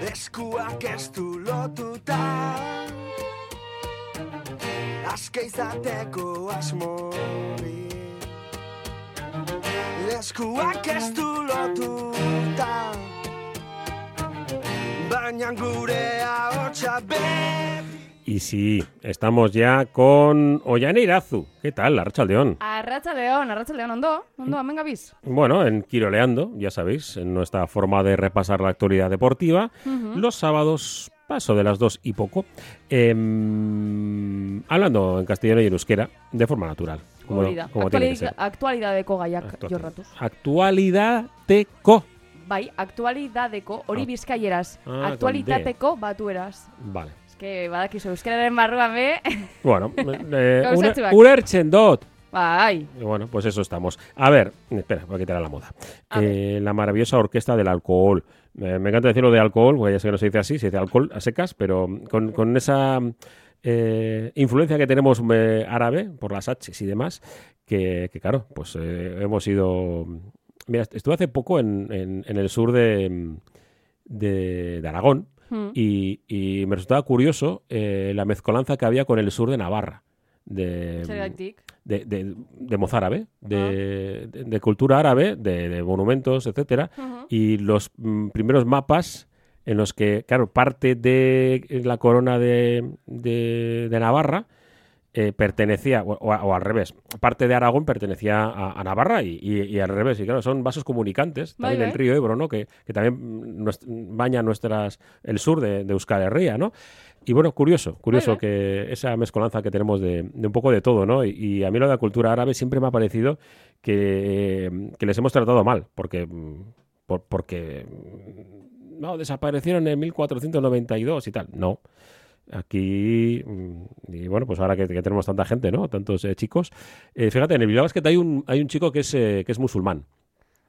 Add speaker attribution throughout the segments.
Speaker 1: eskuak ez du lotuta Aske izateko asmori Eskuak ez du lotuta Baina gure ahotsa beti
Speaker 2: Y sí, estamos ya con Ollane Irazu. ¿Qué tal, Arrachaldeón?
Speaker 3: Arracha León, Arracha León, ondo, ondo,
Speaker 2: Hmm.
Speaker 3: hemen gabiz.
Speaker 2: Bueno, en Quiroleando, ya sabéis, en nuestra forma de repasar la actualidad deportiva, los sábados paso de las dos y poco, em, hablando en castellano y en euskera, de forma natural, como,
Speaker 3: Hori da.
Speaker 2: como tiene que ser.
Speaker 3: Aktualidadeko gaiak
Speaker 2: Aktualidad.
Speaker 3: jorratuz.
Speaker 2: Actualidateco.
Speaker 3: Bai, aktualidadeko, hori
Speaker 2: Ah.
Speaker 3: bizkaieraz.
Speaker 2: Ah,
Speaker 3: aktualitateko batueraz.
Speaker 2: Vale.
Speaker 3: Ez que badakizu, euskararen barruan be,
Speaker 2: Bueno, eh,
Speaker 3: Gauzatxoak.
Speaker 2: ulertzen dut.
Speaker 3: bai,
Speaker 2: Y Bueno, pues eso estamos. A ver, espera, voy a quitar a la moda.
Speaker 3: A
Speaker 2: Eh, la maravillosa orquesta del alcohol. Eh, me encanta decirlo de alcohol, porque ya sé que no se dice así, se dice alcohol a secas, pero con, con esa eh, influencia que tenemos eh, árabe por las H y demás, que, que claro, pues eh, hemos ido. Mira, est- estuve hace poco en, en- en el sur de, de, de Aragón
Speaker 3: Mm.
Speaker 2: y, y me resultaba curioso eh, la mezcolanza que había con el sur de Navarra. De,
Speaker 3: zergatik.
Speaker 2: de, de, de mozárabe, de, de- de cultura árabe, de, de monumentos, etcétera,
Speaker 3: Ujú.
Speaker 2: y los mm, primeros mapas en los que, claro, parte de la corona de, de- de Navarra eh, pertenecía, o, o- o al revés, parte de Aragón pertenecía a, a Navarra y, y- y al revés, y claro, son vasos comunicantes
Speaker 3: Bai,
Speaker 2: también del
Speaker 3: bai.
Speaker 2: río Ebro, ¿no? Que, que también mm, nues- baña nuestras, el sur de, de Euskal Herria, ¿no? Y bueno, curioso, curioso
Speaker 3: Muy
Speaker 2: que esa mezcolanza que tenemos de, de un poco de todo, ¿no? Y, y a mí lo de la cultura árabe siempre me ha parecido que, que les hemos tratado mal, porque, mm, por- porque mm, no, desaparecieron en 1492 y tal. No. Aquí, mm, y bueno, pues ahora que, que tenemos tanta gente, ¿no? Tantos eh, chicos. Eh, fíjate, en el Bilbao Basket hay un, hay un chico que es, eh, que es musulmán,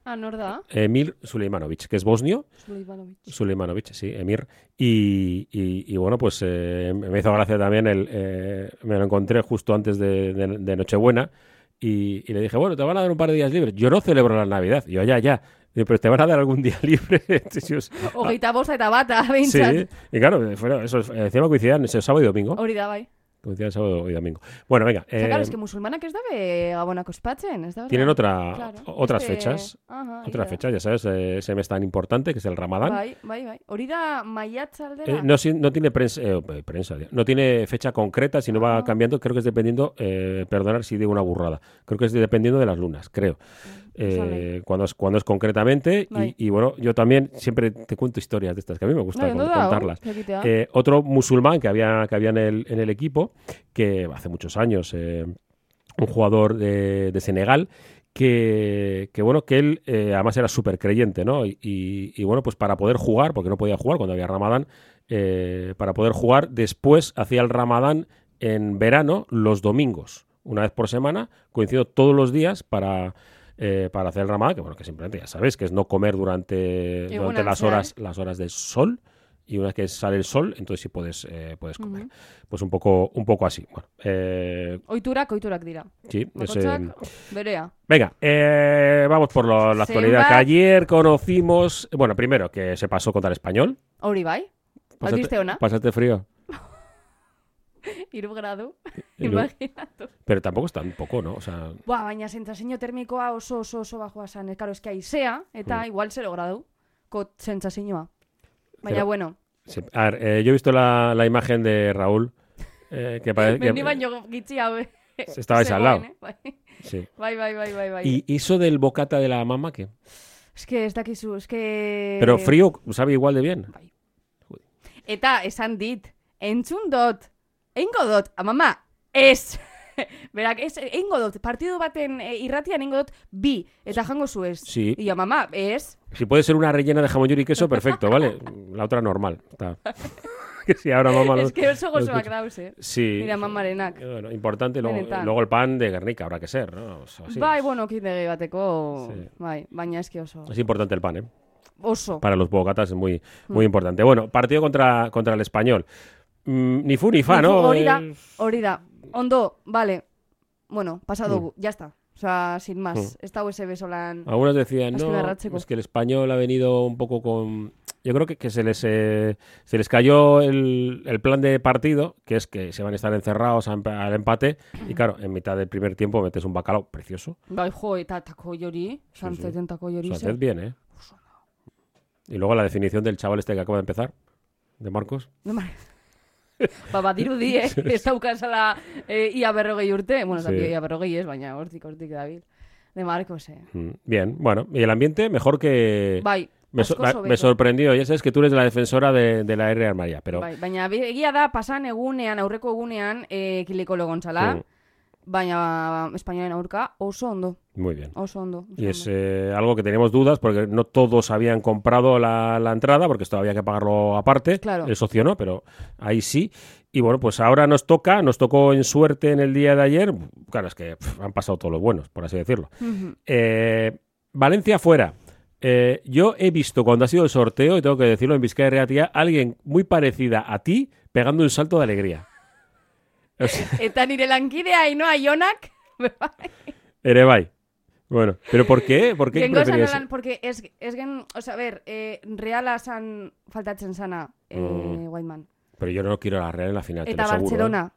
Speaker 3: Ah, nor da?
Speaker 2: Emil Suleimanovic, que es bosnio,
Speaker 3: Suleimanovic.
Speaker 2: Suleimanovic, sí, Emir. Y, y- y bueno, pues eh, me hizo gracia también, el, eh, me lo encontré justo antes de, de- de Nochebuena y, y le dije, bueno, te van a dar un par de días libres. Yo no celebro la Navidad. Y yo, ya, ya. Digo, pero te van a dar algún día libre. Sí, os-
Speaker 3: Hogeita bosta eta bata,
Speaker 2: sí.
Speaker 3: behintzat.
Speaker 2: Y claro, eh, fuera, eso, es- encima coincidían ese sábado y domingo.
Speaker 3: Hori da, bai.
Speaker 2: Coincidían sábado y domingo. Bueno, venga.
Speaker 3: Eta,
Speaker 2: eh,
Speaker 3: Oh. claro, es que musulmanak ez dabe gabonak ospatzen, ez da?
Speaker 2: tienen otra,
Speaker 3: Claro.
Speaker 2: otras
Speaker 3: Este-
Speaker 2: fechas.
Speaker 3: Ajá, hori
Speaker 2: Otras
Speaker 3: da.
Speaker 2: fechas, ya sabes, eh, ese mes tan importante que es el Ramadán.
Speaker 3: Bai, bai, bai. Hori da maiatzaldera?
Speaker 2: Eh, no, si- no tiene prensa, eh, eh, prensa, no tiene fecha concreta, sino va
Speaker 3: Ah.
Speaker 2: cambiando. Creo que es dependiendo, eh, perdonar si digo una burrada. Creo que es dependiendo de las lunas, creo. Eh,
Speaker 3: sale.
Speaker 2: cuando es cuando es concretamente
Speaker 3: Bai.
Speaker 2: y, y, bueno, yo también siempre te cuento historias de estas que a mí me gusta
Speaker 3: Bai,
Speaker 2: con-
Speaker 3: ondo da,
Speaker 2: contarlas.
Speaker 3: hori, jakitea.
Speaker 2: Eh, otro musulmán que había, que había en, el, en el equipo, que hace muchos años, eh, un jugador de, de Senegal, que, que, bueno, que él eh, además era súper creyente, ¿no? Y, y- y, bueno, pues para poder jugar, porque no podía jugar cuando había Ramadán, eh, para poder jugar después hacía el Ramadán en verano los domingos, una vez por semana, coincido todos los días para... eh, para hacer el ramadán, que bueno, que simplemente ya sabéis que es no comer durante,
Speaker 3: Qué
Speaker 2: durante
Speaker 3: buena
Speaker 2: las
Speaker 3: idea, ¿eh?
Speaker 2: horas las horas del sol y una vez que sale el sol, entonces sí puedes, eh, puedes comer. Pues un poco, un poco así. Bueno, eh,
Speaker 3: Oiturak, oiturak dira.
Speaker 2: sí, es, eh,
Speaker 3: Bakotzak, berea.
Speaker 2: venga, eh, vamos por lo- la
Speaker 3: Se
Speaker 2: actualidad.
Speaker 3: va.
Speaker 2: Que ayer conocimos, bueno, primero que se pasó contra el español.
Speaker 3: Hori bai, Albiste ona.
Speaker 2: pasaste frío.
Speaker 3: iru gradu,
Speaker 2: Hiru.
Speaker 3: imaginatu.
Speaker 2: Pero tampoco es tan poco, ¿no? O sea,
Speaker 3: Ba, baina sentsazio termikoa oso oso oso bajoa zan. Eh, Karo, eski aizea,
Speaker 2: Hmm.
Speaker 3: eta igual 0 gradu, ko sentsazioa. Baina,
Speaker 2: Zero.
Speaker 3: bueno,
Speaker 2: se- a ver, eh, yo he visto la, la imagen de Raúl. eh, que parece que-
Speaker 3: mendi baino gitzi hau. eh,
Speaker 2: Estabais al lado.
Speaker 3: zegoen, eh, Bai,
Speaker 2: sí.
Speaker 3: bai, bai, bai, bai. bai.
Speaker 2: Y hizo del bocata de la mamá que.
Speaker 3: Eske ez dakizu, eske...
Speaker 2: Pero frío sabe igual de bien.
Speaker 3: Eta esan dit, entzun dot, eingo dot, amama, ez! Berak, ez, eingo dot, partidu baten e, irratian eingo dot, bi, eta jango zu ez.
Speaker 2: Sí.
Speaker 3: Ia, mama, ez?
Speaker 2: Si puede ser una rellena de jamón y queso, perfecto, ¿vale? La otra normal. Está. que si ahora mamá lo-
Speaker 3: Ez que oso
Speaker 2: lo
Speaker 3: gozoak
Speaker 2: escucha.
Speaker 3: dauz, eh?
Speaker 2: Sí.
Speaker 3: Mira, mamarenak.
Speaker 2: Eh, bueno, importante, luego,
Speaker 3: Benetan.
Speaker 2: luego el pan de Guernica habrá que ser, ¿no? O sea, sí.
Speaker 3: Bai, bueno, kindegi bateko,
Speaker 2: Sí.
Speaker 3: bai, baina eski oso.
Speaker 2: Es importante el pan, ¿eh?
Speaker 3: Oso.
Speaker 2: Para los bogatas es muy, muy importante. Bueno, partido contra, contra el español. Mm, ni fu ni fa, ¿no?
Speaker 3: Hori da,
Speaker 2: Eh,
Speaker 3: hori da. Ondo, vale, bueno,
Speaker 2: Mm.
Speaker 3: pasado gu, ya está. Osa, sin más, ez da USB solan...
Speaker 2: Ah. Algunos decían,
Speaker 3: Azken
Speaker 2: no, pues
Speaker 3: arratzeko.
Speaker 2: es que el español ha venido un poco con yo creo que, que se, les, eh, se les cayó el, el plan de partido, que es que se van a estar encerrados a emp- al empate. Y claro, en mitad del primer tiempo metes un bacalao precioso.
Speaker 3: Bai, jo, eta tako jori, santzeten tako jori.
Speaker 2: Sánchez bien, ¿eh? Y luego la definición del chaval este que acaba de empezar, de Marcos.
Speaker 3: Ba, badirudi, eh? Ez daukazala eh, ia berrogei urte. Bueno, ez
Speaker 2: Sí.
Speaker 3: dakit ia berrogei ez, baina hortik, hortik dabil. De Marcos, eh?
Speaker 2: Mm, Bien, bueno. Y el ambiente, mejor que...
Speaker 3: Bai,
Speaker 2: me, so-
Speaker 3: askoz
Speaker 2: la-
Speaker 3: hobeto.
Speaker 2: me sorprendió. Ya sabes que tú eres la defensora de, de la R. Armaria, pero...
Speaker 3: Bai, baina be- egia da, pasan egunean, aurreko egunean, eh, kilikolo gontzala,
Speaker 2: Sí.
Speaker 3: baina Espainoaren aurka oso ondo,
Speaker 2: mm, Muy bien.
Speaker 3: oso ondo. oso
Speaker 2: Y es
Speaker 3: ondo.
Speaker 2: eh, algo que teníamos dudas porque no todos habían comprado la, la entrada, porque esto había que pagarlo aparte.
Speaker 3: Claro.
Speaker 2: El socio no, pero ahí sí. Y bueno, pues ahora nos toca, nos tocó en suerte en el día de ayer. Claro, es que pf, han pasado todos los buenos, por así decirlo.
Speaker 3: Mhm.
Speaker 2: Eh, Valencia fuera. Eh, yo he visto cuando ha sido el sorteo, y tengo que decirlo en Vizcaya y Ratia, alguien muy parecida a ti pegando un salto de alegría. O sea,
Speaker 3: Eta nire lankidea inoa jonak,
Speaker 2: ere bai. Bueno, pero ¿por qué? ¿Por qué
Speaker 3: Gengo esan
Speaker 2: preferías-
Speaker 3: nolan, porque ez, ez gen, oza, ber, eh, reala san faltatzen sana, eh,
Speaker 2: Mm.
Speaker 3: Whiteman.
Speaker 2: Pero yo no quiero la Real en la final. te
Speaker 3: Eta
Speaker 2: lo aseguro, ¿eh?
Speaker 3: Barcelona.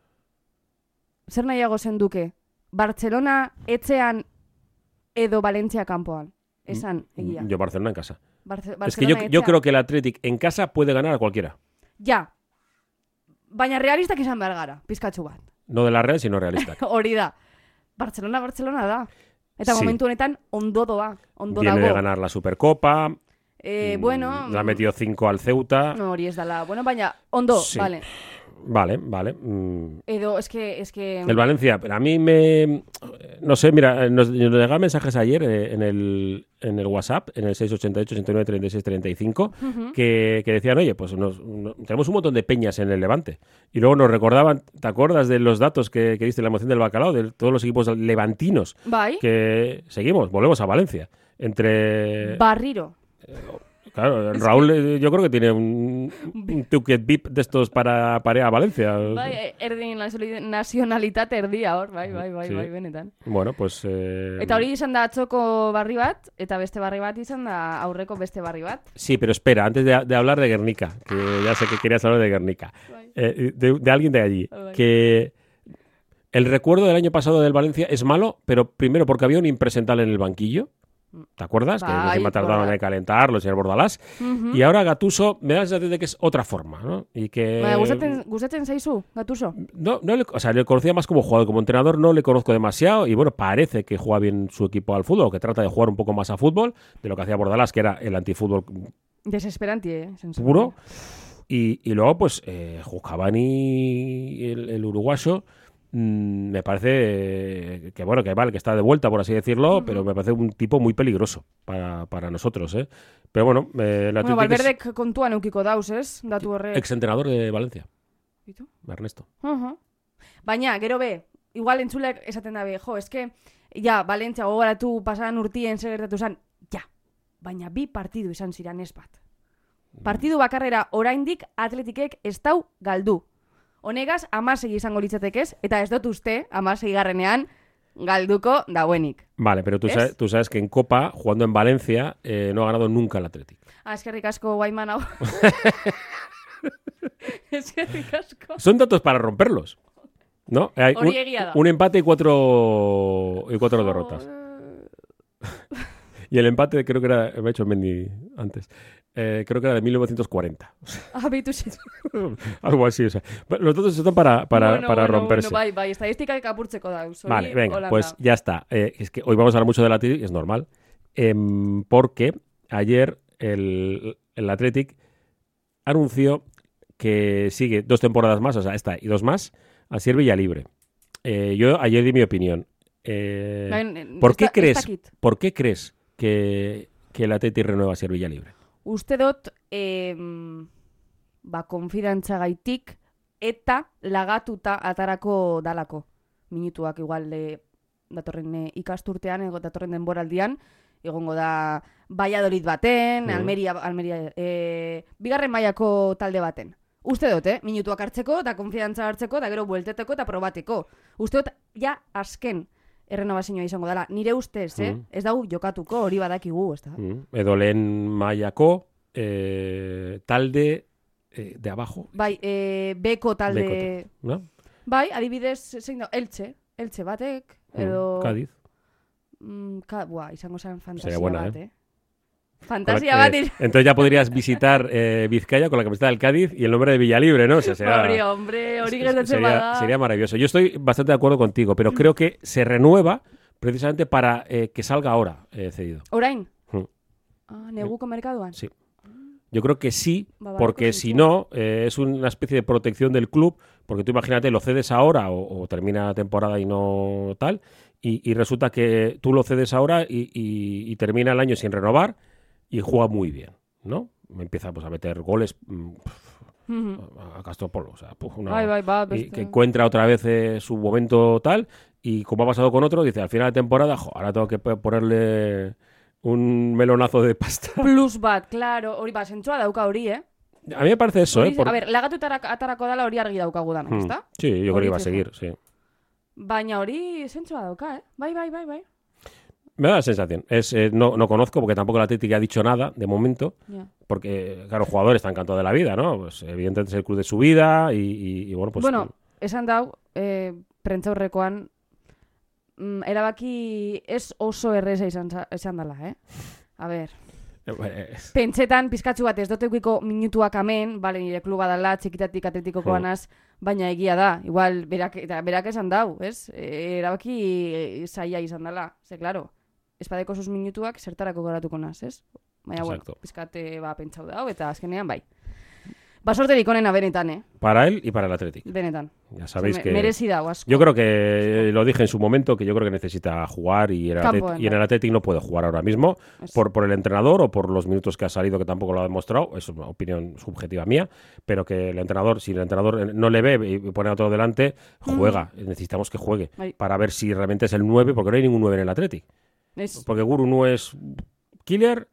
Speaker 3: Zer nahiago zen duke? Barcelona etxean edo Valencia kanpoan. Esan, egia.
Speaker 2: Yo Barcelona en casa.
Speaker 3: Barce-
Speaker 2: Mm, es que yo,
Speaker 3: Barcelona
Speaker 2: yo
Speaker 3: etxean.
Speaker 2: creo que el Athletic en casa puede ganar a cualquiera.
Speaker 3: Ja. Baina realistak izan behar gara, pizkatxu bat.
Speaker 2: No de la Real, sino realista.
Speaker 3: Hori da. Barcelona, Barcelona da. Eta
Speaker 2: Sí.
Speaker 3: momentu honetan ondo doa. Ondo
Speaker 2: Viene de
Speaker 3: dago.
Speaker 2: ganar la Supercopa.
Speaker 3: Eh,
Speaker 2: mm,
Speaker 3: bueno,
Speaker 2: Le ha metido 5 al Ceuta.
Speaker 3: no, hori ez dala. Bueno, baina ondo,
Speaker 2: Sí.
Speaker 3: vale.
Speaker 2: Vale, vale. mm.
Speaker 3: Edo, eske, eske...
Speaker 2: El Valencia, pero a mí me. No sé, mira, eh, nos, nos llegaban mensajes ayer eh, en el, en el WhatsApp, en el 688 89 36 35, que, que decían, oye, pues nos- no- tenemos un montón de peñas en el Levante. Y luego nos recordaban, ¿te acuerdas de los datos que, que diste en la moción del Bacalao? De todos los equipos levantinos
Speaker 3: Bai,
Speaker 2: que seguimos, volvemos a Valencia. Entre.
Speaker 3: barriro.
Speaker 2: Claro, Raúl, eh, yo creo que tiene un, un ticket VIP de estos para, para ir a Valencia.
Speaker 3: Bai, erdi nazio- nazionalitate erdia hor, bai, bai, bai,
Speaker 2: Sí.
Speaker 3: bai, benetan.
Speaker 2: Bueno, pues. eh,
Speaker 3: Eta hori izan da atzoko barri bat, eta beste barri bat izan da aurreko beste barri bat.
Speaker 2: Sí, pero espera, antes de, de hablar de Guernica, que ya sé que querías hablar de Guernica,
Speaker 3: Bai.
Speaker 2: eh, de, de alguien de allí,
Speaker 3: Vale.
Speaker 2: que el recuerdo del año pasado del Valencia es malo, pero primero porque había un impresentable en el banquillo, ¿te acuerdas? que
Speaker 3: Bai,
Speaker 2: encima tardaban
Speaker 3: Borda-
Speaker 2: en calentarlo, el señor Bordalás,
Speaker 3: Mhm.
Speaker 2: y ahora Gatuso me da la sensación de que es otra forma, ¿no? Y que...
Speaker 3: Baina, gustatzen, gustatzen zaizu, gatuso?
Speaker 2: No, no le, o sea, le conocía más como jugador, como entrenador no le conozco demasiado y bueno, parece que juega bien su equipo al fútbol, o que trata de jugar un poco más a fútbol de lo que hacía Bordalás, que era el antifútbol
Speaker 3: Desesperanti, eh? esan zuen.
Speaker 2: puro. Y, y luego, pues, eh, Juscabani, el, el uruguayo, mm, me parece eh, que, bueno, que vale, que está de vuelta, por así decirlo, pero me parece un tipo muy peligroso para, para nosotros, ¿eh? Pero bueno, eh, el
Speaker 3: Bueno,
Speaker 2: Athletic es
Speaker 3: Valverdek kontuan eukiko dauz, ez? Datu horre.
Speaker 2: exentrenador de Valencia,
Speaker 3: Bitu?
Speaker 2: Ernesto.
Speaker 3: Aha. Baina, gero be, igual entzulek esaten dabe, jo, eske, ja, Valentzia gogoratu pasan urtien zer gertatu zan, ja, baina bi partidu izan ziren ez bat.
Speaker 2: Mm.
Speaker 3: Partidu bakarrera oraindik atletikek ez dau galdu. Honegaz, amasegi izango litzatekez, eta ez dut uste, amasegi garrenean, galduko dauenik.
Speaker 2: Vale, pero tú
Speaker 3: ¿Ves?
Speaker 2: sabes, tú sabes que en Copa, jugando en Valencia, eh, no ha ganado nunca el Athletic.
Speaker 3: Ah, eskerrik asko guaiman hau. eskerrik asko.
Speaker 2: Son datos para romperlos, ¿no? Hay un,
Speaker 3: Hori egia da.
Speaker 2: un empate y cuatro, y cuatro derrotas. Y el empate creo que era, me ha hecho Mendy antes, eh, creo que era de 1940.
Speaker 3: Abitu zitu.
Speaker 2: Algo así, o sea. Los datos están para, para,
Speaker 3: Bueno,
Speaker 2: para
Speaker 3: bueno,
Speaker 2: romperse.
Speaker 3: Bueno, bai, bai, estadistikak apurtzeko dauz. hori
Speaker 2: vale, venga,
Speaker 3: Holanda.
Speaker 2: pues ya está. Eh, es que hoy vamos a hablar mucho del Athletic, es normal. Em, porque ayer el, el Athletic anunció que sigue dos temporadas más, o sea, esta y dos más, a Sir Villalibre. Eh, yo ayer di mi opinión. Eh,
Speaker 3: Baina, eh,
Speaker 2: ¿Por
Speaker 3: ez
Speaker 2: qué
Speaker 3: da- ez
Speaker 2: crees,
Speaker 3: dakit.
Speaker 2: ¿por qué crees que, que el Athletic renueva a Servilla Libre?
Speaker 3: Uste dut, em, ba, konfidantza gaitik, eta lagatuta atarako dalako. Minutuak igual eh, datorren eh, ikasturtean, ego datorren denboraldian, egongo da Valladolid baten,
Speaker 2: Mhm.
Speaker 3: Almeria, Almeria eh, bigarren mailako talde baten. Uste dut, eh? Minutuak hartzeko, eta konfidantza hartzeko, eta gero buelteteko, eta probateko. Uste dut, ja, asken errenobazioa izango dela. Nire ustez, eh?
Speaker 2: Mhm.
Speaker 3: Ez dago jokatuko, hori badakigu, ez da?
Speaker 2: Mm. Edo lehen mailako, eh, talde eh, de abajo,
Speaker 3: Bai, eh, beko talde...
Speaker 2: Bekote. ¿no?
Speaker 3: Bai, adibidez, zein da, eltxe. Eltxe batek, edo...
Speaker 2: Mm, Cádiz.
Speaker 3: Mm, ka- buah, izango zen fantasia
Speaker 2: Sería buena,
Speaker 3: bat, eh?
Speaker 2: Con la-
Speaker 3: Fantasia bat,
Speaker 2: eh,
Speaker 3: iz-
Speaker 2: entonces ya podrías visitar eh, Vizcaya con la camiseta del Cádiz y el nombre de Villalibre, ¿no? O sea, será-
Speaker 3: hombre, hombre, hori
Speaker 2: es-
Speaker 3: gertatzen bada.
Speaker 2: sería, sería maravilloso. Yo estoy bastante de acuerdo contigo, pero creo que se renueva precisamente para eh, que salga ahora eh, cedido.
Speaker 3: Orain?
Speaker 2: Hmm.
Speaker 3: Ah, neguko merkaduan?
Speaker 2: Sí. Yo creo que sí,
Speaker 3: Ba, ba,
Speaker 2: porque
Speaker 3: pues,
Speaker 2: si
Speaker 3: sí.
Speaker 2: no, eh, es una especie de protección del club, porque tú imagínate, lo cedes ahora o, o termina la temporada y no tal, y, y resulta que tú lo cedes ahora y, y- y termina el año sin renovar y juega muy bien, ¿no? Empieza pues, a meter goles mm,
Speaker 3: Mhm.
Speaker 2: a Castropolo, o sea, puf, una-
Speaker 3: Bai, bai, ba,
Speaker 2: Ah, y que
Speaker 3: beste.
Speaker 2: encuentra otra vez eh, su momento tal, y como ha pasado con otro, dice, al final de temporada, "Jo, ahora tengo que pe- ponerle un melonazo de pasta.
Speaker 3: Plus bat, claro, hori ba, zentzua dauka hori, eh?
Speaker 2: A mí me parece eso,
Speaker 3: Hori,
Speaker 2: ¿eh? Por-
Speaker 3: A ber, lagatu tarak- atarako dala hori argi daukagu dana,
Speaker 2: Hmm.
Speaker 3: ezta?
Speaker 2: Sí, yo creo
Speaker 3: Hori
Speaker 2: que va a
Speaker 3: fijo.
Speaker 2: seguir, sí.
Speaker 3: Baina hori zentzua dauka, eh? Bai, bai, bai, bai.
Speaker 2: Me da la sensación. Es, eh, no, no conozco porque tampoco la Atlético ha dicho nada de momento.
Speaker 3: Ja.
Speaker 2: Porque, claro, jugadores están encantados de la vida, ¿no? Pues, evidentemente es el club de su vida y, y- y, bueno, pues.
Speaker 3: bueno, esan dau, eh, prentzaurrekoan, mm, erabaki ez oso erreza izan, za- izan dela, eh? A ber,
Speaker 2: eh, eh,
Speaker 3: pentsetan pizkatzu bat ez dotekuiko minutuak amen, bale nire kluba dala, txikitatik atletikoko
Speaker 2: Hmm.
Speaker 3: anaz, baina egia da, igual, berak, eta berak esan dau, ez? E, erabaki zaila izan dela, ze, claro, espadeko sus minutuak zertarako goratuko naz, ez? Baina,
Speaker 2: Exacto.
Speaker 3: bueno, pizkate, ba, pentsau dau, eta azkenean, bai. Basorterik onena benetan, eh?
Speaker 2: para él y para el Atlético.
Speaker 3: Benetan.
Speaker 2: Ya sabéis
Speaker 3: Me-
Speaker 2: que.
Speaker 3: Merezi dau, asko.
Speaker 2: Yo creo que eh, lo dije en su momento, que yo creo que necesita jugar y en el,
Speaker 3: Campo,
Speaker 2: Atleti-
Speaker 3: ¿no?
Speaker 2: y en el Athletic no puede jugar ahora mismo
Speaker 3: Es-
Speaker 2: por, por el entrenador o por los minutos que ha salido, que tampoco lo ha demostrado. Es una opinión subjetiva mía, pero que el entrenador, si el entrenador eh, no le ve y pone a otro delante, juega. Necesitamos que juegue
Speaker 3: Ahí.
Speaker 2: para ver si realmente es el 9, porque no hay ningún 9 en el Athletic.
Speaker 3: Es-
Speaker 2: Porque Guru no es killer.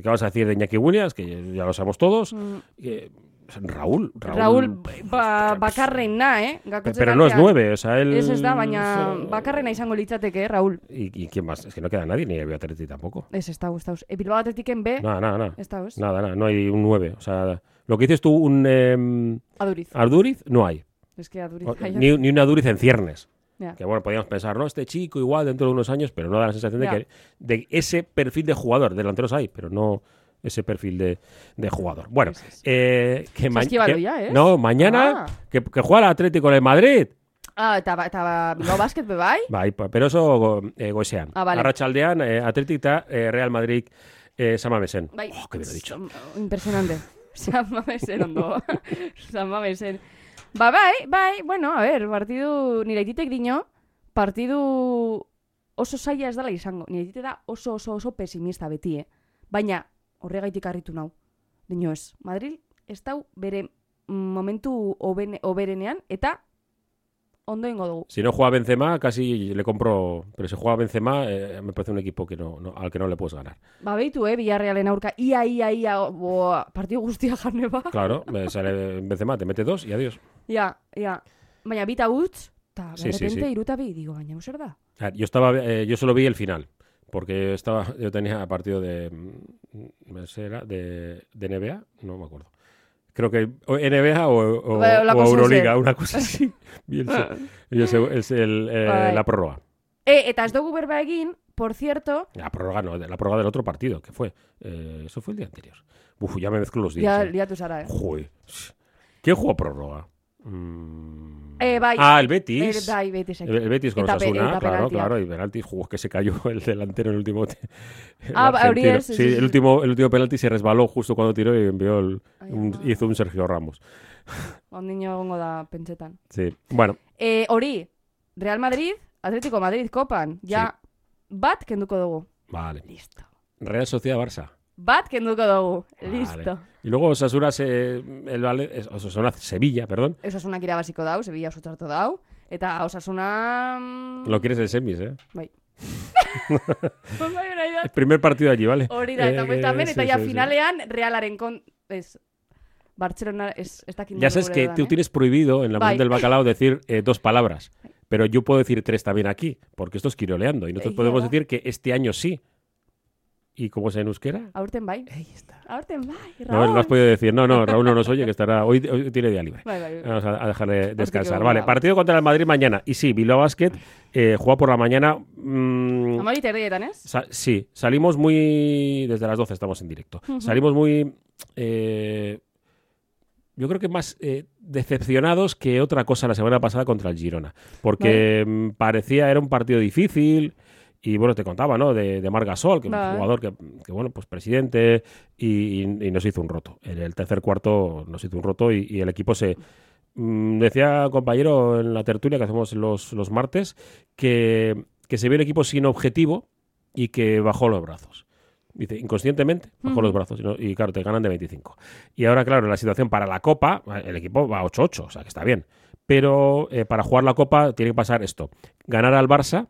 Speaker 2: ¿Qué vas a decir de Iñaki Williams? Que ya lo sabemos todos.
Speaker 3: Mm,
Speaker 2: Eh, Raúl, Raúl. pues,
Speaker 3: Raúl, ba, bakarrena, eh?
Speaker 2: Pe-
Speaker 3: Gakotzen
Speaker 2: Pero no es
Speaker 3: artean.
Speaker 2: 9, o sea, él...
Speaker 3: Ez ez da, baina
Speaker 2: Eh,
Speaker 3: bakarrena izango litzateke, eh, Raúl.
Speaker 2: ¿Y, y quién más? Es que no queda nadie, ni el Atleti tampoco.
Speaker 3: Ez, ez da, ez da. E, Bilbao atetiken B,
Speaker 2: Nada, nada, nada.
Speaker 3: ez da, ez?
Speaker 2: Nada, nada. No hay un 9. O sea, lo que dices tú, un em,
Speaker 3: Aduriz.
Speaker 2: Arduriz, no hay.
Speaker 3: Ez que Aduriz.
Speaker 2: O-
Speaker 3: jaia.
Speaker 2: ni, ni un Aduriz en ciernes.
Speaker 3: Ja.
Speaker 2: Que bueno, podíamos pensar, no, este chico igual dentro de unos años, pero no da la sensación
Speaker 3: Ya.
Speaker 2: de que de ese perfil de jugador. Delanteros hay, pero no ese perfil de, de jugador. Bueno,
Speaker 3: Sí, sí, sí.
Speaker 2: eh, que
Speaker 3: Saskibaloia,
Speaker 2: mañana.
Speaker 3: ¿eh?
Speaker 2: No, mañana
Speaker 3: Ah.
Speaker 2: que, que juega el Atlético en el Madrid.
Speaker 3: Ah, eta, ba- eta ba, Bilbao Basket be bai?
Speaker 2: Bai, pa- pero eso go- eh, goizean.
Speaker 3: Ah, vale.
Speaker 2: Arratsaldean eh, Atletic eta eh, Real Madrid eh, samamesen.
Speaker 3: Bai.
Speaker 2: Oh, qué bien lo he dicho.
Speaker 3: Mm, Impresionante. San Mamesen ondo. San Mamesen. Ba, bai, bai, bueno, a ver, partidu, nire aititek dino, partidu oso zaila ez dela izango. Nire aitite da oso oso oso pesimista beti, eh? Baina, horregaitik harritu nau. Dino ez, Madrid ez dau bere momentu obene, oberenean, eta ondoengo dugu.
Speaker 2: Si no juega Benzema, casi le compro. Pero si juega Benzema, eh, me parece un equipo que no, no- al que no le puedes ganar.
Speaker 3: Ba, behitu, eh, Villarrealen aurka, ia, ia, ia, boa, partidu guztia jarne ba.
Speaker 2: Claro, eh, sale Benzema, te mete dos y adiós.
Speaker 3: Ja, ja. Baina bita utz, eta
Speaker 2: Sí,
Speaker 3: sí,
Speaker 2: sí,
Speaker 3: sí,
Speaker 2: sí.
Speaker 3: iruta bi, digo, baina hau zer da?
Speaker 2: Ah, Yo estaba, eh, yo solo vi el final, porque estaba, yo tenía partido de, mm, no sé, era de, de NBA, no me acuerdo. Creo que o NBA o, o-
Speaker 3: Bueno, la
Speaker 2: o
Speaker 3: cosa es
Speaker 2: Euroliga,
Speaker 3: esa.
Speaker 2: una cosa así. Vi el se- y el se- el se- el, eh,
Speaker 3: Vale.
Speaker 2: la prórroga.
Speaker 3: E, eta ez dugu berba egin, por cierto,
Speaker 2: La prórroga no, de- la prórroga del otro partido, que fue. eh, eso fue el día anterior. Uf, ya me mezclo los días.
Speaker 3: ja,
Speaker 2: eh.
Speaker 3: liatu zara, eh?
Speaker 2: Joder. ¿Quién jugó prórroga? Mm.
Speaker 3: Eh, bai.
Speaker 2: Ah, el
Speaker 3: E,
Speaker 2: Betis.
Speaker 3: bai, betisek.
Speaker 2: El el Betis con
Speaker 3: Eta pe-
Speaker 2: Osasuna,
Speaker 3: eta
Speaker 2: claro,
Speaker 3: penaltiak.
Speaker 2: claro, y penalti, juego que se cayó el delantero en el último. t- el
Speaker 3: Ah, ba, hori
Speaker 2: argentino.
Speaker 3: ez,
Speaker 2: sí,
Speaker 3: sí, sí,
Speaker 2: el
Speaker 3: sí.
Speaker 2: último, el último penalti se resbaló justo cuando tiró y envió el,
Speaker 3: Ai,
Speaker 2: un-
Speaker 3: ama.
Speaker 2: hizo un Sergio Ramos.
Speaker 3: Ondino egongo da pentsetan.
Speaker 2: Sí. Bueno,
Speaker 3: E, hori, Real Madrid, Atletico Madrid kopan, ja, bat kenduko dugu.
Speaker 2: vale.
Speaker 3: Listo.
Speaker 2: Real Sociedad Barça.
Speaker 3: Bat kenduko dugu.
Speaker 2: Vale.
Speaker 3: Listo.
Speaker 2: Y luego Osasuna se el Vale- es- Osasuna Sevilla, perdón.
Speaker 3: Osasunak irabaziko dau, Sevilla oso txarto dau. Eta osasuna... mm,
Speaker 2: Lo quieres en semis, ¿eh?
Speaker 3: Bai. Bai, nahi da.
Speaker 2: El primer partido allí, ¿vale?
Speaker 3: Hori da, eta
Speaker 2: Eh,
Speaker 3: buelta hemen,
Speaker 2: sí,
Speaker 3: eta ja
Speaker 2: sí, sí.
Speaker 3: finalean Realaren kon... Ez, Barcelona, ez, ez dakit
Speaker 2: Ya
Speaker 3: nola
Speaker 2: sabes
Speaker 3: gure
Speaker 2: que
Speaker 3: dudan,
Speaker 2: tú
Speaker 3: eh?
Speaker 2: tienes prohibido en la
Speaker 3: Bye.
Speaker 2: Mundial del Bacalao decir eh, dos palabras, pero yo puedo decir tres también aquí, porque esto es quiroleando. Y nosotros
Speaker 3: Eh,
Speaker 2: podemos
Speaker 3: ya.
Speaker 2: decir que este año sí. ¿Y cómo es en euskera?
Speaker 3: Aurten bai.
Speaker 2: Ahí está.
Speaker 3: Aurten bai,
Speaker 2: No,
Speaker 3: Raúl.
Speaker 2: no has podido decir. No, no, Raúl no nos oye, que estará hoy, hoy tiene día libre.
Speaker 3: Bai, bai, bai.
Speaker 2: Vamos a, a dejarle descansar.
Speaker 3: Pues que
Speaker 2: Vale,
Speaker 3: vamos.
Speaker 2: partido contra el Madrid mañana. Y sí, Bilbao Basket eh, juega por la mañana. mm,
Speaker 3: Amari terdietan, ez?
Speaker 2: Sa- sí, salimos muy. Desde las 12 estamos en directo. Salimos muy. eh, yo creo que más eh, decepcionados que otra cosa la semana pasada contra el Girona. Porque mm, parecía era un partido difícil. Y bueno, te contaba, ¿no? De, de Marc Gasol, que es un
Speaker 3: Vale.
Speaker 2: jugador que, que, bueno, pues presidente. Y, y- y nos hizo un roto. En el tercer cuarto nos hizo un roto y, y el equipo se. mm, Decía compañero en la tertulia que hacemos los, los martes que, que se vio el equipo sin objetivo, y que bajó los brazos. Dice, inconscientemente bajó
Speaker 3: Ujú.
Speaker 2: los brazos. Y, no- y claro, te ganan de 25. Y ahora, claro, en la situación para la Copa, el equipo va 8-8, o sea que está bien. Pero eh, para jugar la Copa tiene que pasar esto. Ganar al Barça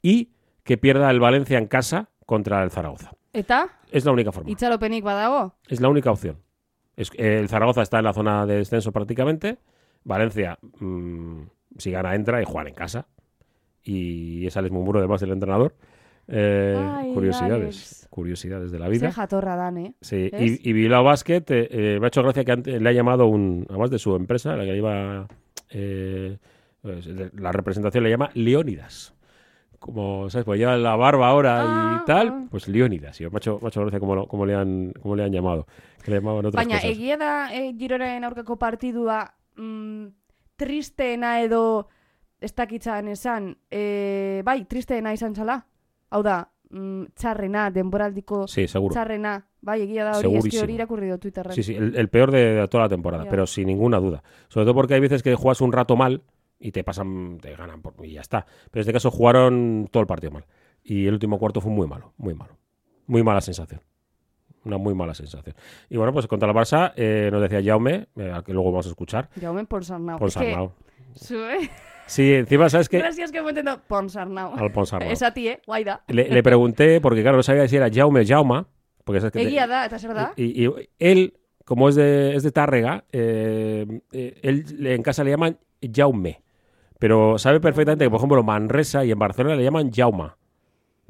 Speaker 2: y que pierda el Valencia en casa contra el Zaragoza.
Speaker 3: Eta,
Speaker 2: Es la única forma.
Speaker 3: itxaropenik badago.
Speaker 2: Es la única opción. Es- eh, el Zaragoza está en la zona de descenso prácticamente. Valencia, mm, si gana, entra y juega en casa. Y es Alex Mumuro, además, el entrenador. Eh,
Speaker 3: Ay,
Speaker 2: curiosidades.
Speaker 3: Alex.
Speaker 2: Curiosidades de la
Speaker 3: Ze
Speaker 2: vida.
Speaker 3: jatorra dan, eh?
Speaker 2: Sí,
Speaker 3: ¿Ves?
Speaker 2: y, y Bilbao Basket, eh, eh, me ha hecho gracia que antes le ha llamado un, además de su empresa, la que le iba eh, pues, de- la representación le llama Leónidas. Como, ¿sabes? Pues lleva la barba ahora
Speaker 3: Ah,
Speaker 2: y tal,
Speaker 3: ah.
Speaker 2: pues Leónidas. Y me ha hecho, me ha hecho gracia cómo, lo- cómo le han, cómo le han llamado. Que le llamaban otras
Speaker 3: Baina,
Speaker 2: cosas.
Speaker 3: egia da e, Giroren aurkako partidua mm, tristeena edo ez dakitzan esan, e, bai, tristeena izan zala. Hau da, mm, txarrena, denboraldiko
Speaker 2: Sí, seguro.
Speaker 3: txarrena. Bai, egia da hori, eski
Speaker 2: Segurísimo.
Speaker 3: hori irakurri dut Twitterren.
Speaker 2: Sí, sí, el, el peor de, de toda la temporada,
Speaker 3: Ya.
Speaker 2: pero sin ninguna duda. Sobre todo porque hay veces que juegas un rato mal y te pasan, te ganan por- y ya está. Pero en este caso jugaron todo el partido mal. Y el último cuarto fue muy malo, muy malo. Muy mala sensación. Una muy mala sensación. Y bueno, pues contra el Barça eh, nos decía Jaume, eh, al que luego vamos a escuchar,
Speaker 3: Jaumen Ponsarnau.
Speaker 2: Ponsarnau.
Speaker 3: Ah, Es que, zu, eh?
Speaker 2: Sí, encima, ¿sabes qué?
Speaker 3: Gracias que moten da Ponsarnau.
Speaker 2: Al Ponsarnau.
Speaker 3: Esati, eh? Guai da.
Speaker 2: Le, le pregunté, porque claro, no sabía si era Jaume o Jauma, porque sabes que te-
Speaker 3: Egia da, eta zer da?
Speaker 2: Y, y él, como es de, es de Tárrega, eh, eh, él le- en casa le llaman Jaume. Pero sabe perfectamente que, por ejemplo, Manresa y en Barcelona le llaman Jauma.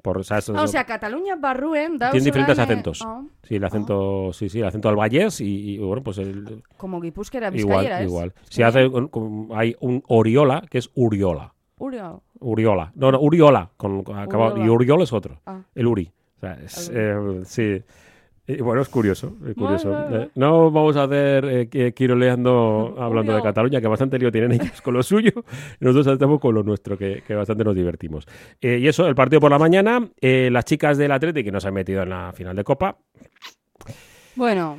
Speaker 2: Por, o sea, eso-
Speaker 3: Ah, o sea, Cataluña barruen da
Speaker 2: tienen diferentes acentos.
Speaker 3: Oh,
Speaker 2: Sí, el
Speaker 3: Ah.
Speaker 2: acento, sí, sí, el acento al Vallés y, y, bueno, pues el,
Speaker 3: como Gipuzkera,
Speaker 2: igual,
Speaker 3: Vizcaiera, ¿es?
Speaker 2: igual. Si
Speaker 3: Bizkaia.
Speaker 2: hace, con- con- hay un Oriola que es Uriola.
Speaker 3: Uri, hau.
Speaker 2: Uriola. No, no, Uriola. Con, con- acabado-
Speaker 3: Uriola.
Speaker 2: Y Uriola es otro.
Speaker 3: Ah.
Speaker 2: El Uri. O sea, es, eh, sí. Y bueno, es curioso. es curioso.
Speaker 3: Bueno, bueno.
Speaker 2: Eh, no vamos a hacer eh, qui- quiroleando hablando de
Speaker 3: Uriola.
Speaker 2: Cataluña, que bastante lío tienen ellos con lo suyo. y Nosotros estamos con lo nuestro, que, que bastante nos divertimos. Eh, y eso, el partido por la mañana. eh, las chicas del Atleti que nos han metido en la final de Copa.
Speaker 3: Bueno,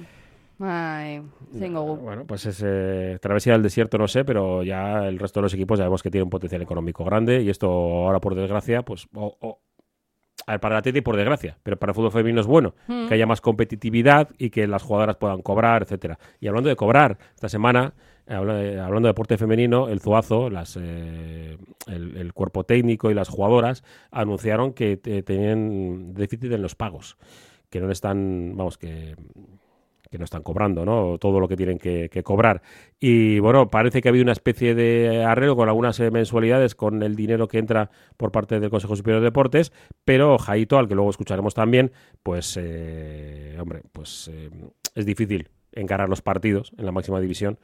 Speaker 3: ai, zein gogu.
Speaker 2: Bueno, pues es eh, travesía del desierto, no sé, pero ya el resto de los equipos sabemos que tiene un potencial económico grande y esto ahora, por desgracia, pues... o- o- a ver, para el Atleti, por desgracia, pero para el fútbol femenino es bueno.
Speaker 3: Mm.
Speaker 2: que haya más competitividad y que las jugadoras puedan cobrar, etcétera. Y hablando de cobrar, esta semana, habla- eh, hablando de deporte femenino, el Zuazo, las, eh, el, el cuerpo técnico y las jugadoras anunciaron que te- tenían déficit en los pagos, que no le están, vamos, que que no están cobrando, ¿no? Todo lo que tienen que, que cobrar. Y bueno, parece que ha habido una especie de arreglo con algunas eh, mensualidades con el dinero que entra por parte del Consejo Superior de Deportes, pero Jaito, al que luego escucharemos también, pues, eh, hombre, pues eh, es difícil encarar los partidos en la máxima división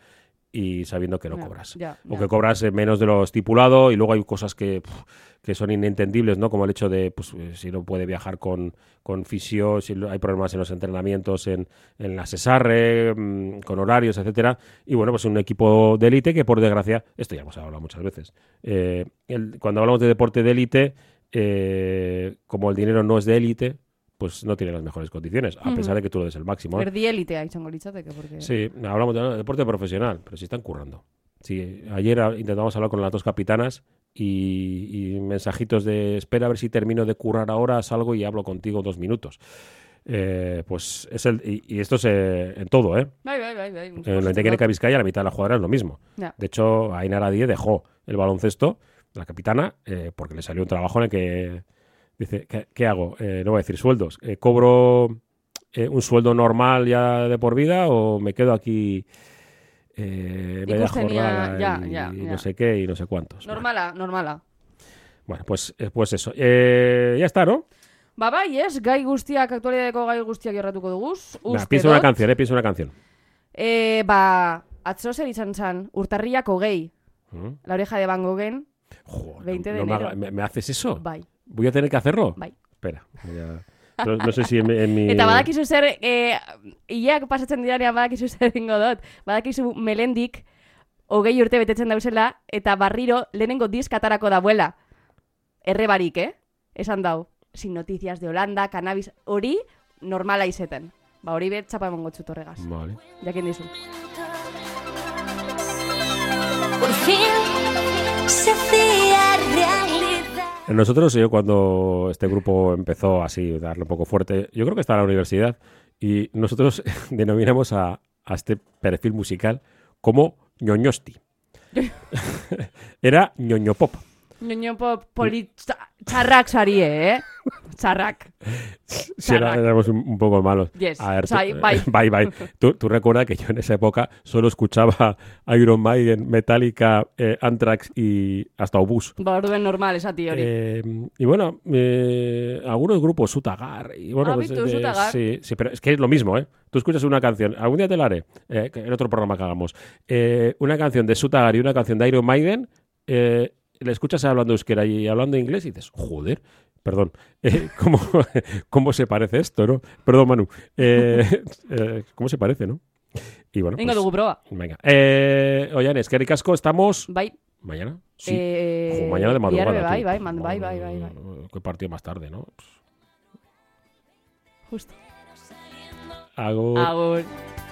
Speaker 2: y sabiendo que no
Speaker 3: Ja,
Speaker 2: cobras.
Speaker 3: ja,
Speaker 2: O
Speaker 3: ja.
Speaker 2: que cobras eh, menos de lo estipulado y luego hay cosas que, pf, que son inentendibles, ¿no? Como el hecho de pues, eh, si no puede viajar con, con fisio, si lo- hay problemas en los entrenamientos, en, en la cesarre, mm, con horarios, etcétera. Y bueno, pues un equipo de élite que por desgracia, esto ya hemos hablado muchas veces, eh, el- cuando hablamos de deporte de élite, eh, como el dinero no es de élite, pues no tiene las mejores condiciones, a
Speaker 3: Ujú.
Speaker 2: pesar de que tú lo des el máximo. ¿eh?
Speaker 3: Erdi elitea izango litzateke, porque...
Speaker 2: Sí, hablamos de de deporte profesional, pero sí están currando. Sí, ayer ah, intentamos hablar con las dos capitanas y, y mensajitos de espera a ver si termino de currar ahora, salgo y hablo contigo dos minutos. Eh, pues es el, y, y esto es eh, en todo, ¿eh?
Speaker 3: Bai, bai, bai, bai.
Speaker 2: En la Intequeneca Vizcaya la mitad de la jugadora es lo mismo.
Speaker 3: Ja.
Speaker 2: De hecho, Ainara Díez dejó el baloncesto, la capitana, eh, porque le salió un trabajo en el que dice, ¿qué, qué hago? Eh, no voy a decir sueldos. Eh, ¿Cobro eh, un sueldo normal ya de por vida o me quedo aquí eh, media
Speaker 3: Ikusten ia-
Speaker 2: jornada
Speaker 3: ya,
Speaker 2: y,
Speaker 3: ya,
Speaker 2: y
Speaker 3: ya.
Speaker 2: no sé qué y no sé cuántos?
Speaker 3: Normala, normala.
Speaker 2: Bueno, bueno, pues, eh, pues eso. Eh, ya está, ¿no?
Speaker 3: Ba bai, ez, gai guztiak, aktualidadeko gai guztiak jorratuko duguz.
Speaker 2: Nah,
Speaker 3: Uste
Speaker 2: piensa una
Speaker 3: dut.
Speaker 2: canción, eh, piensa una canción.
Speaker 3: Eh, ba, atzo zer izan zan, urtarriak hogei,
Speaker 2: Mm.
Speaker 3: la oreja de Van Goghen,
Speaker 2: Jo, no-
Speaker 3: 20 de
Speaker 2: no me,
Speaker 3: enero.
Speaker 2: haga- ¿me, me haces eso?
Speaker 3: bai,
Speaker 2: ¿Voy a tener que hacerlo?
Speaker 3: bai.
Speaker 2: Espera. voy a- No, no sé si en, mi- en mi...
Speaker 3: Eta badakizu zer, eh, ileak pasatzen direnean badakizu zer ingo dut. Badakizu melendik, hogei urte betetzen dauzela, eta barriro lehenengo diskatarako dabuela. Errebarik, eh? Esan dau. Sin noticias de Holanda, cannabis, hori normala izeten. Ba, hori bet txapa emango txut horregaz.
Speaker 2: Vale.
Speaker 3: Jakin dizu.
Speaker 4: Por fin se hacía realidad.
Speaker 2: Nosotros, yo cuando este grupo empezó así, darle un poco fuerte, yo creo que estaba en la universidad, y nosotros denominamos a, a este perfil musical como ñoñosti. Era ñoño pop.
Speaker 3: Niño po, poli, txa- txarrak zarie, eh? Txarrak.
Speaker 2: Si era-
Speaker 3: Txarrak.
Speaker 2: éramos un, un poco malos.
Speaker 3: Yes.
Speaker 2: A ver, tú-
Speaker 3: Sai, bai.
Speaker 2: bai, bai. Tú, tú recuerda que yo en esa época solo escuchaba Iron Maiden, Metallica, eh, Anthrax y hasta Obus.
Speaker 3: Ba, orduen normal, esati hori.
Speaker 2: Eh, y bueno, eh, algunos grupos, Sutagar. Y bueno,
Speaker 3: Ah,
Speaker 2: pues,
Speaker 3: Víctor,
Speaker 2: de-
Speaker 3: Sutagar.
Speaker 2: Sí, sí, pero es que es lo mismo, ¿eh? Tú escuchas una canción, algún día te la haré, eh, que en otro programa que hagamos. eh, una canción de Sutagar y una canción de Iron Maiden, eh, la escuchas hablando euskera y hablando inglés y dices, joder, perdón, eh, ¿cómo, ¿cómo se parece esto, no? Perdón, Manu, eh, eh, ¿cómo se parece, no? Y bueno,
Speaker 3: Ingo dugu
Speaker 2: pues,
Speaker 3: proba.
Speaker 2: venga. Eh, Oian, es que ricasco, estamos
Speaker 3: Bai,
Speaker 2: mañana. Sí,
Speaker 3: eh,
Speaker 2: Jo, mañana de madrugada.
Speaker 3: bihar be Bai,
Speaker 2: tú.
Speaker 3: bai, man, bai, bai,
Speaker 2: Madre mía,
Speaker 3: bai, bai.
Speaker 2: Qué partido más tarde, ¿no? Pues,
Speaker 3: Justo.
Speaker 2: Hago...
Speaker 3: Agur.